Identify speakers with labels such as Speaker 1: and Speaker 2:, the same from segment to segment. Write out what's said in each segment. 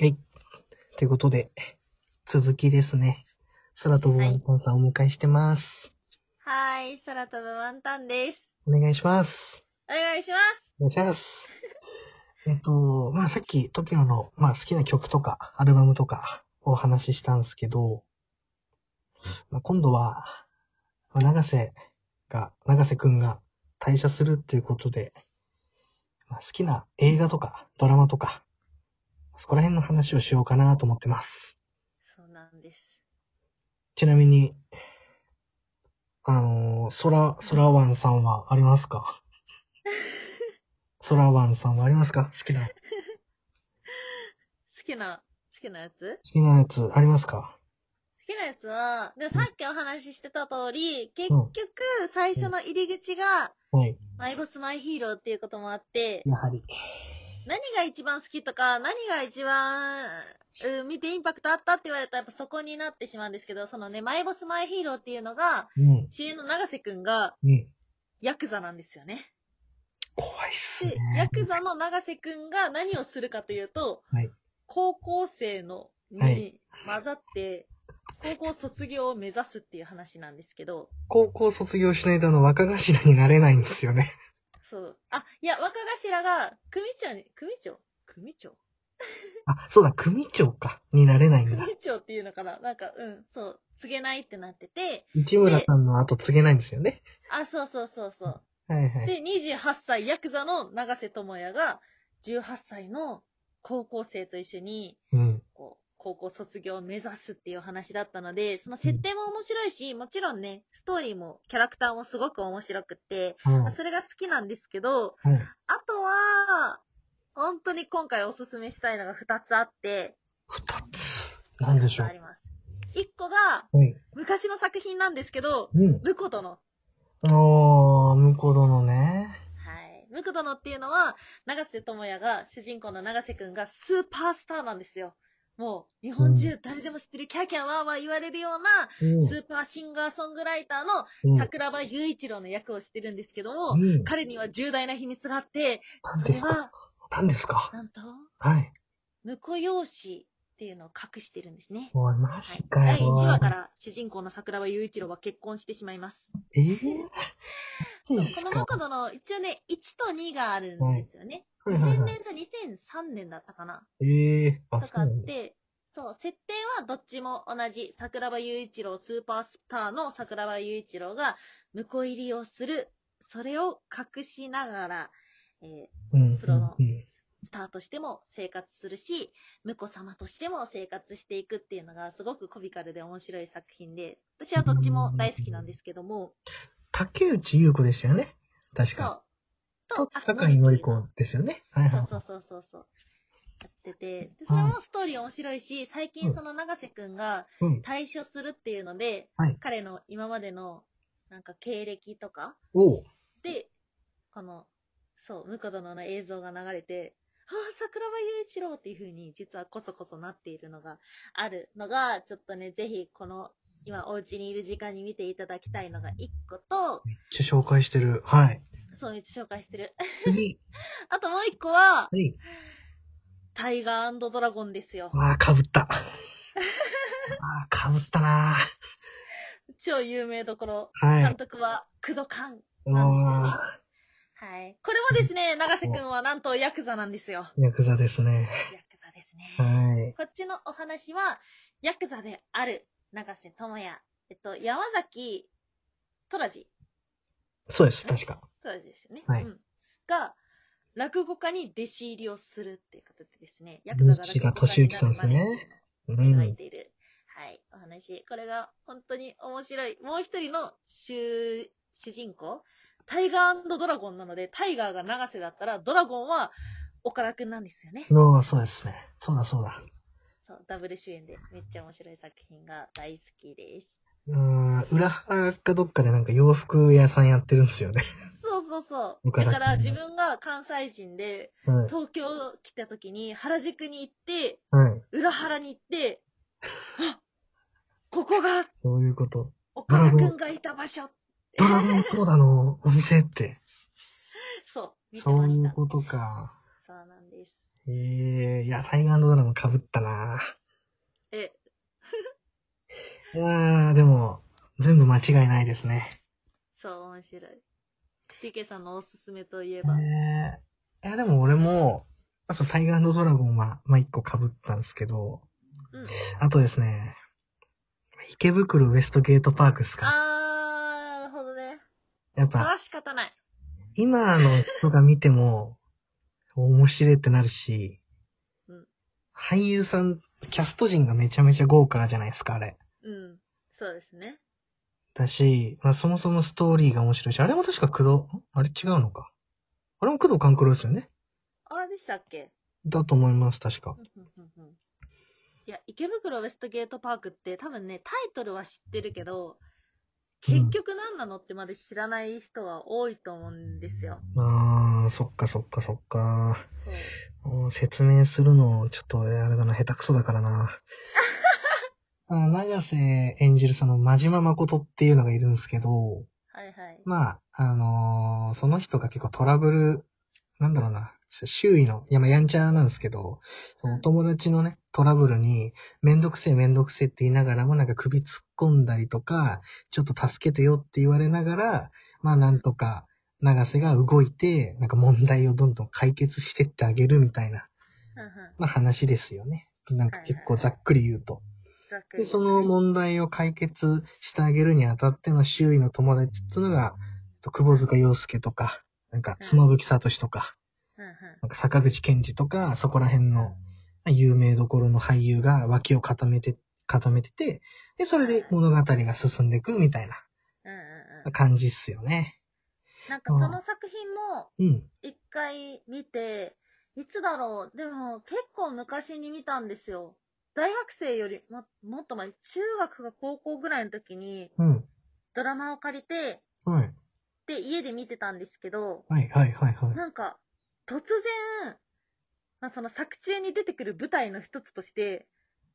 Speaker 1: はい。ということで、続きですね。空飛ぶワンタンさんをお迎えしてます。
Speaker 2: はーい、空飛ぶワンタンです。
Speaker 1: お願いします。
Speaker 2: お願いします。
Speaker 1: お願いします。えっと、まあ、さっき TOKIO の、まあ、好きな曲とか、アルバムとか、お話ししたんですけど、まあ、今度は、まあ、長瀬が、長瀬くんが退社するっていうことで、まあ、好きな映画とか、ドラマとか、そこら辺の話をしようかなと思ってます。
Speaker 2: そうなんです。
Speaker 1: ちなみに、あのー、空、空ワンさんはあります か空ワンさんはありますか好きな、好
Speaker 2: 好きな、好きなやつ好
Speaker 1: きなやつありますか
Speaker 2: きなやつは、でさっきお話ししてた通り、結局、最初の入り口が、
Speaker 1: はい。
Speaker 2: マイボスマイヒーローっていうこともあって、
Speaker 1: やはり。
Speaker 2: 何が一番好きとか、何が一番、うん見てインパクトあったって言われたら、やっぱそこになってしまうんですけど、そのね、マイボスマイヒーローっていうのが、
Speaker 1: うん。
Speaker 2: 主演の長瀬くんが、
Speaker 1: うん。
Speaker 2: ヤクザなんですよね。
Speaker 1: 怖いっす
Speaker 2: で
Speaker 1: ね。、
Speaker 2: ヤクザの長瀬くんが何をするかというと、
Speaker 1: はい
Speaker 2: 高校生の
Speaker 1: は
Speaker 2: に
Speaker 1: い
Speaker 2: 混ざって、高校卒業を目指すっていう話なんですけど、
Speaker 1: 高校卒業しないとあの若頭になれないんですよ ね。
Speaker 2: そう。あ、いや、若頭が、組長に、組長組長
Speaker 1: あ、そうだ、組長か。になれないんだ。
Speaker 2: 組長っていうのかななんか、うん、そう、告げないってなってて、
Speaker 1: 市村さんの後継げないんですよね。
Speaker 2: あ、そうそうそうそう。
Speaker 1: はいはい。
Speaker 2: で、28歳、ヤクザの長瀬智也が、18歳の高校生と一緒に、
Speaker 1: うん。
Speaker 2: こう、高校卒業を目指すっていう話だったので、その設定も面白いし、もちろんね、ストーリーもキャラクターもすごく面白くって、
Speaker 1: はい。
Speaker 2: それが好きなんですけど、
Speaker 1: はい。
Speaker 2: あとは、本当に今回おすすめしたいのが2つあって、
Speaker 1: 二つ。なんでしょ
Speaker 2: あります。1個が、
Speaker 1: う。はい。
Speaker 2: 昔の作品なんですけど、
Speaker 1: うん。
Speaker 2: ムコ殿。は
Speaker 1: おー、向こう殿ね。
Speaker 2: い。ムコ殿っていうのは、長瀬智也が、主人公の長瀬くんがスーパースターなんですよ。もう、日本中誰でも知ってるキャーキャーワーワー言われるような、
Speaker 1: うん
Speaker 2: スーパーシンガーソングライターの
Speaker 1: うん
Speaker 2: 桜庭雄一郎の役をしてるんですけども、
Speaker 1: うん
Speaker 2: 彼には重大な秘密があって、
Speaker 1: 何
Speaker 2: それ
Speaker 1: ですか
Speaker 2: は、
Speaker 1: 何ですか
Speaker 2: なんと、
Speaker 1: はい。
Speaker 2: 婿養子っていうのを隠してるんですね。
Speaker 1: おい、マ
Speaker 2: は
Speaker 1: ジ
Speaker 2: い、
Speaker 1: か
Speaker 2: 第1
Speaker 1: よ。
Speaker 2: 話から主人公の桜庭雄一郎は結婚してしまいます。
Speaker 1: えぇ、マジ
Speaker 2: こ
Speaker 1: っす
Speaker 2: の
Speaker 1: か
Speaker 2: 元の一応ね、1と2があるんですよ
Speaker 1: は
Speaker 2: ね。
Speaker 1: いはい
Speaker 2: 2000
Speaker 1: は
Speaker 2: 年と2003年だったかな。
Speaker 1: い。えぇ、ー、あ、
Speaker 2: と
Speaker 1: そ
Speaker 2: か
Speaker 1: う
Speaker 2: あ
Speaker 1: なん
Speaker 2: っ
Speaker 1: だ。
Speaker 2: て、そう、設定はどっちも同じ。桜庭雄一郎、スーパースターの桜庭雄一郎が、婿入りをする。それを隠しながら、えー
Speaker 1: うん。
Speaker 2: プロの
Speaker 1: うん。
Speaker 2: スターとしても生活するし、婿様としても生活していくっていうのが、すごくコミカルで面白い作品で、私はどっちも大好きなんですけども、
Speaker 1: 竹内優子でしたよね。確
Speaker 2: そ
Speaker 1: か。
Speaker 2: う。
Speaker 1: と、
Speaker 2: あ
Speaker 1: 坂井紀子ですよね。はいはい。
Speaker 2: そうそうそうそうそう。やってて。で、それもストーリー面白いし、最近その長瀬くんが
Speaker 1: うん。
Speaker 2: 対処するっていうので、
Speaker 1: はい
Speaker 2: 彼の今までの、なんか経歴とか
Speaker 1: おう。
Speaker 2: で、この、そう、ムコ殿の映像が流れて、ああ、桜庭雄一郎っていう風に、実はこそこそなっているのがあるのが、ちょっとね、ぜひ、この、今、お家にいる時間に見ていただきたいのが1個と、
Speaker 1: めっちゃ紹介してる。はい。
Speaker 2: そう、めっちゃ紹介してる。
Speaker 1: 次。
Speaker 2: あともう1個は、
Speaker 1: はい。
Speaker 2: タイガードラゴンですよ。
Speaker 1: あー、かぶ った。あー、かぶったな
Speaker 2: 超有名どころ。
Speaker 1: ー。は
Speaker 2: 監
Speaker 1: い。
Speaker 2: 督は、工藤勘。
Speaker 1: うわ
Speaker 2: はい。これもですね、長瀬くんはなんとヤクザなんですよ。
Speaker 1: ー、ヤクザですね。
Speaker 2: ヤクザですね。
Speaker 1: はい。
Speaker 2: こっちのお話は、ヤクザである、長瀬智也。えっと、山崎、虎地、
Speaker 1: そうです、確か。
Speaker 2: 虎地ですよね。
Speaker 1: はい
Speaker 2: うん。が、落語家に弟子入りをするっていうことでですね。ヤ
Speaker 1: 西田敏行さんですね。う
Speaker 2: 落語家になるまでっていうのを描い
Speaker 1: ん。
Speaker 2: ている。はい、お話。これが本当に面白い。もう一人の主主人公、タイガードラゴンなので、タイガーが長瀬だったら、ドラゴンは岡田くんなんですよね。
Speaker 1: の、そうですね。そうだそうだ。
Speaker 2: そう、ダブル主演で、めっちゃ面白い作品が大好きです。
Speaker 1: うーん、裏腹かどっかでなんか洋服屋さんやってるんですよね。
Speaker 2: そうそうそう。
Speaker 1: 岡田君
Speaker 2: だから自分が関西人で、
Speaker 1: はい。
Speaker 2: 東京来た時に原宿に行って、
Speaker 1: はい。
Speaker 2: 裏原に行って、あここが
Speaker 1: そういうこと。
Speaker 2: 岡田くんがいた場所
Speaker 1: ドラゴンソーダのお店って。
Speaker 2: そう、見て
Speaker 1: そ
Speaker 2: ま
Speaker 1: うい
Speaker 2: し
Speaker 1: う
Speaker 2: た。
Speaker 1: ことか。
Speaker 2: そうなんです。
Speaker 1: ええいや、タイガードラム被ったな
Speaker 2: え、
Speaker 1: いやー、でも、全部間違いないですね。
Speaker 2: そう、面白い。TK さんのおすすめといえば。
Speaker 1: ねえいや、でも俺も、あとタイガードラゴンは、まあ、一個被ったんですけど、
Speaker 2: うん。
Speaker 1: あとですね、池袋ウエストゲートパークっすか。
Speaker 2: あー、なるほどね。
Speaker 1: やっ
Speaker 2: それ
Speaker 1: ぱ、
Speaker 2: は仕方ない。
Speaker 1: 今の人が見ても、面白いってなるし
Speaker 2: うん、
Speaker 1: 俳優さん、キャスト陣がめちゃめちゃ豪華じゃないですか、あれ。
Speaker 2: うん。そうですね。
Speaker 1: だし、まあ、そもそもストーリーが面白いし、あれも確か工藤、んあれ違うのか。あれも工藤官九郎ですよね。
Speaker 2: あーでしたっけ
Speaker 1: だと思います、確か
Speaker 2: う。んうんうんうんいや、池袋ウエストゲートパークって多分ね、タイトルは知ってるけど、結局何なのってまで知らない人は多いと思うんですよ。
Speaker 1: あー、そっかそっかそっか。
Speaker 2: そう
Speaker 1: もう説明するの、ちょっと、あれだな、下手くそだから な。あ長瀬演じるその、真島誠っていうのがいるんですけど、
Speaker 2: はいはい。
Speaker 1: まあ、あのーその人が結構トラブル、なんだろうな、周囲の、いや、まあ、やんちゃなんですけど、お友達のね、トラブルに、めんどくせえめんどくせえって言いながらも、なんか首突っ込んだりとか、ちょっと助けてよって言われながら、まあ、なんとか、長瀬が動いて、なんか問題をどんどん解決してってあげるみたいな、
Speaker 2: うんうん
Speaker 1: まあ、話ですよね。なんか結構ざっくり言うと。
Speaker 2: ざっく
Speaker 1: で、
Speaker 2: り
Speaker 1: その問題を解決してあげるにあたっての周囲の友達っていうのが、えっと久保塚洋介とか、なんか、妻夫木聡とか、
Speaker 2: うんうん
Speaker 1: なんか坂口健二とか、そこら辺のまあ有名どころの俳優が脇を固めて、固めてて、で、それで物語が進んでいくみたいな
Speaker 2: うんうんうん。
Speaker 1: 感じっすよね。
Speaker 2: なんかその作品も
Speaker 1: うん。
Speaker 2: 一回見て、いつだろう、でも結構昔に見たんですよ。大学生よりももっと前、中学か高校ぐらいの時に
Speaker 1: うん。
Speaker 2: ドラマを借りて、
Speaker 1: はい。
Speaker 2: で、家で見てたんですけど、
Speaker 1: はい、はい、はい、はい。
Speaker 2: なんか、突然、まあ、その作中に出てくる舞台の一つとして、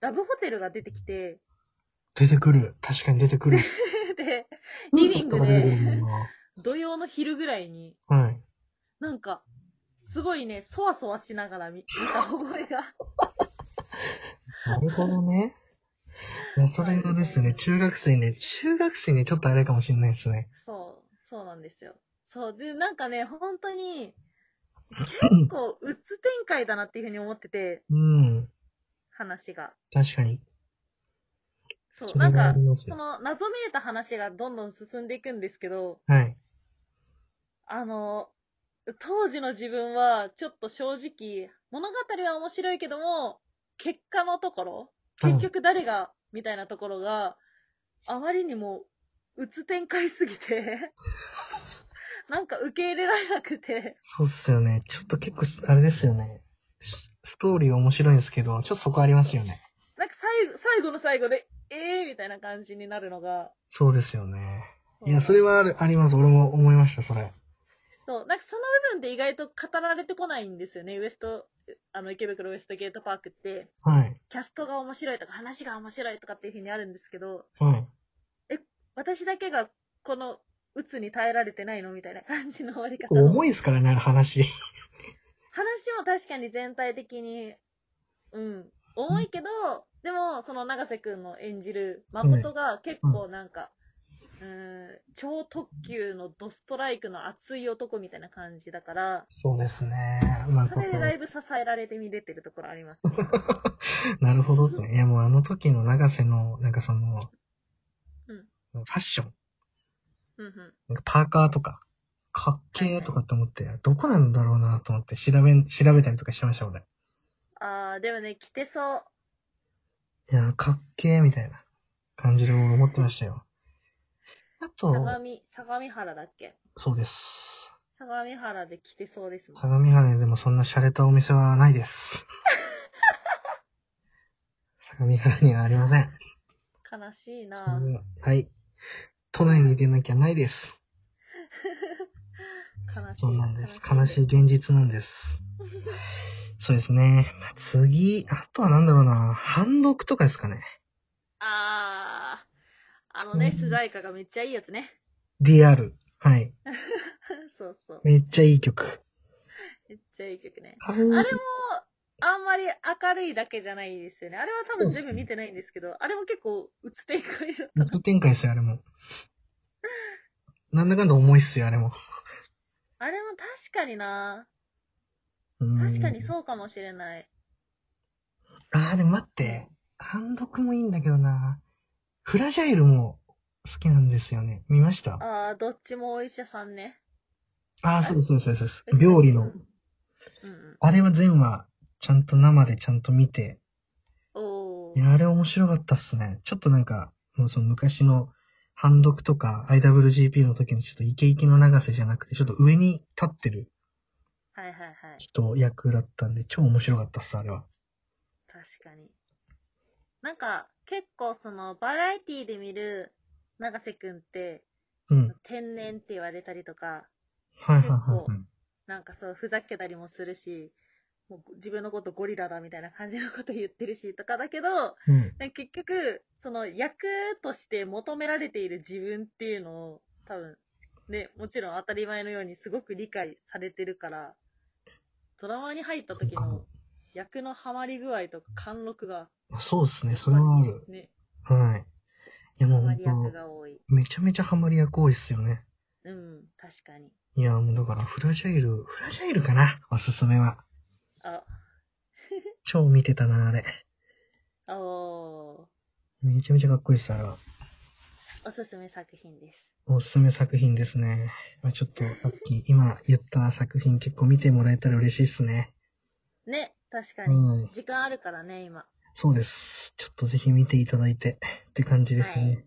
Speaker 2: ラブホテルが出てきて、
Speaker 1: 出てくる。確かに出てくる。
Speaker 2: で、 リビン
Speaker 1: うんと
Speaker 2: グで
Speaker 1: か出てくるもん
Speaker 2: 土曜の昼ぐらいに、
Speaker 1: な。はい。
Speaker 2: なんか、すごいね、そわそわしながら見見た覚 えが。
Speaker 1: なるほどね。いや、それがですね、中学生ね、中学生ね、ちょっとあれかもしれないですね。
Speaker 2: そう、そうなんですよ。そう、で、なんかね、本 当に、結構、うつ展開だなっていうふうに思ってて、
Speaker 1: うん。
Speaker 2: 話が。
Speaker 1: 確かに。
Speaker 2: そ、
Speaker 1: そう
Speaker 2: な
Speaker 1: れ
Speaker 2: ん
Speaker 1: があ
Speaker 2: か
Speaker 1: り、ます
Speaker 2: そ
Speaker 1: よ。
Speaker 2: の、謎めいた話がどんどん進んでいくんですけど、
Speaker 1: はい。
Speaker 2: あの、当時の自分は、ちょっと正直、物語は面白いけども、結果のところ、結局誰が、みたいなところが、あまりにも、うつ展開すぎて、 なんか受け入れられなくて、
Speaker 1: そうっすよね。ちょっと結構、あれですよね。スストーリー面白いんですけど、ちょっとそこありますよね。
Speaker 2: なんか最後、最後の最後で、えーみたいな感じになるのが。
Speaker 1: そうですよね。
Speaker 2: そう
Speaker 1: いや、それはあるあります。俺も思いました、それ。
Speaker 2: そう、なんかその部分で意外と語られてこないんですよね、ウエスト、あの、池袋ウエストゲートパークって。
Speaker 1: はい。
Speaker 2: キャストが面白いとか、話が面白いとかっていうふうにあるんですけど、
Speaker 1: はい。
Speaker 2: 私だけがこの鬱に耐えられてないのみたいな感じの終わり
Speaker 1: 結
Speaker 2: 方。
Speaker 1: 構重
Speaker 2: 話
Speaker 1: いですからね、あの話。
Speaker 2: も確かに全体的に、うん、重いけど、でも、その永瀬くんの演じる誠が結構なんか、うん、超特急のドストライクの熱い男みたいな感じだから、
Speaker 1: そうですね。まあ、
Speaker 2: それで
Speaker 1: ここ
Speaker 2: だいぶ支えられて見れてるところありますね。
Speaker 1: なるほどですね。いや、もうあの時の永瀬の、なんかその、
Speaker 2: うん
Speaker 1: ファッション。
Speaker 2: うんうん。
Speaker 1: なんかパーカーとか、かっけーとかって思って、どこなんだろうなと思って調べ、調べたりとかしてました、俺。
Speaker 2: あー、でもね、着てそう。
Speaker 1: いやー、かっけーみたいな感じで俺思ってましたよ。あと、
Speaker 2: 相模、相模原だっけ
Speaker 1: そうです。
Speaker 2: 相模原で着てそうですもん。
Speaker 1: 相模原にでもそんな洒落たお店はないです。 相模原にはありません。
Speaker 2: 悲しいな
Speaker 1: そんなはい。都内に出なきゃないです。
Speaker 2: 悲しい。
Speaker 1: そうなんです。悲しい。現実なんです。そうですね。まあ次、あとはなんだろうな。ハ読とかですかね。
Speaker 2: あー、あのね、
Speaker 1: うん
Speaker 2: 主題歌がめっちゃいいやつね。
Speaker 1: DR。はい。
Speaker 2: そうそう。
Speaker 1: めっちゃいい曲。
Speaker 2: めっちゃいい曲ね。
Speaker 1: あ
Speaker 2: あれも
Speaker 1: れ、
Speaker 2: あんまり明るいだけじゃないですよね。あれは多
Speaker 1: そう
Speaker 2: 分
Speaker 1: ですね
Speaker 2: 全部見てないんですけど、あれも結構、うつ展 開だった。
Speaker 1: 鬱展開ですよ、あれも。なんだかんだ重いっすよ、あれも。
Speaker 2: あれも確かにな
Speaker 1: うん
Speaker 2: 確かにそうかもしれない。
Speaker 1: あー、でも待って。ハンドクもいいんだけどな。フラジャイルも好きなんですよね。見ましたあ
Speaker 2: ああ、どっちもお医者さんね。
Speaker 1: あー、そうです、そうです、そうです
Speaker 2: う。ん
Speaker 1: 病理の。
Speaker 2: うんうん。
Speaker 1: あれは全話、ちゃんと生でちゃんと見て。
Speaker 2: お
Speaker 1: い
Speaker 2: ー。
Speaker 1: や、あれ面白かったっすね。ちょっとなんか、もうその昔の、ハンドクとか IWGP の時のちょっとイケイケの長瀬じゃなくて、ちょっと上に立ってる
Speaker 2: はいはいはい。
Speaker 1: 人役だったんで、超面白かったっす、あれは。
Speaker 2: 確かに。なんか、結構その、バラエティで見る、長瀬くんって、
Speaker 1: うん。
Speaker 2: 天然って言われたりとか、
Speaker 1: はいはいはいはい。
Speaker 2: なんかそう、ふざけたりもするし、もう自分のことゴリラだみたいな感じのこと言ってるしとかだけど、
Speaker 1: うん。
Speaker 2: なんか結局、その役として求められている自分っていうのを、多分、ね、もちろん当たり前のようにすごく理解されてるから、ドラマに入った
Speaker 1: そう
Speaker 2: 時
Speaker 1: か
Speaker 2: の
Speaker 1: も。
Speaker 2: 役のハマり具合とか貫禄が、
Speaker 1: そうですね、それはある。
Speaker 2: ね、
Speaker 1: はい。いやも
Speaker 2: ハ
Speaker 1: う
Speaker 2: マ
Speaker 1: 本
Speaker 2: り役
Speaker 1: 当
Speaker 2: が多い。
Speaker 1: めちゃめちゃハマり役多いっすよね。
Speaker 2: うん、確かに。
Speaker 1: いやもうだからフラジャイル、フラジャイルかな、おすすめは。
Speaker 2: あ、
Speaker 1: 超見てたな、あれ。
Speaker 2: あお
Speaker 1: めちゃめちゃかっこいいっす、あれは。
Speaker 2: ーおすすめ作品です。
Speaker 1: おすすめ作品ですね。まあ、ちょっとさっき今言った作品結構見てもらえたら嬉しいっすね。
Speaker 2: ね、確かに。
Speaker 1: はい。
Speaker 2: 時間あるからね、今。
Speaker 1: そうです。ちょっとぜひ見ていただいてって感じですね。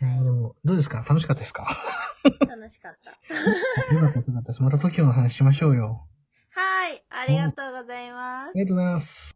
Speaker 1: い
Speaker 2: はい
Speaker 1: やでも、どうですか楽しかったですか
Speaker 2: 楽しかった。
Speaker 1: よかったです、よかったです。また TOKIO の話しましょうよ。
Speaker 2: はい、ありがとうございます
Speaker 1: あ。りがとうございます。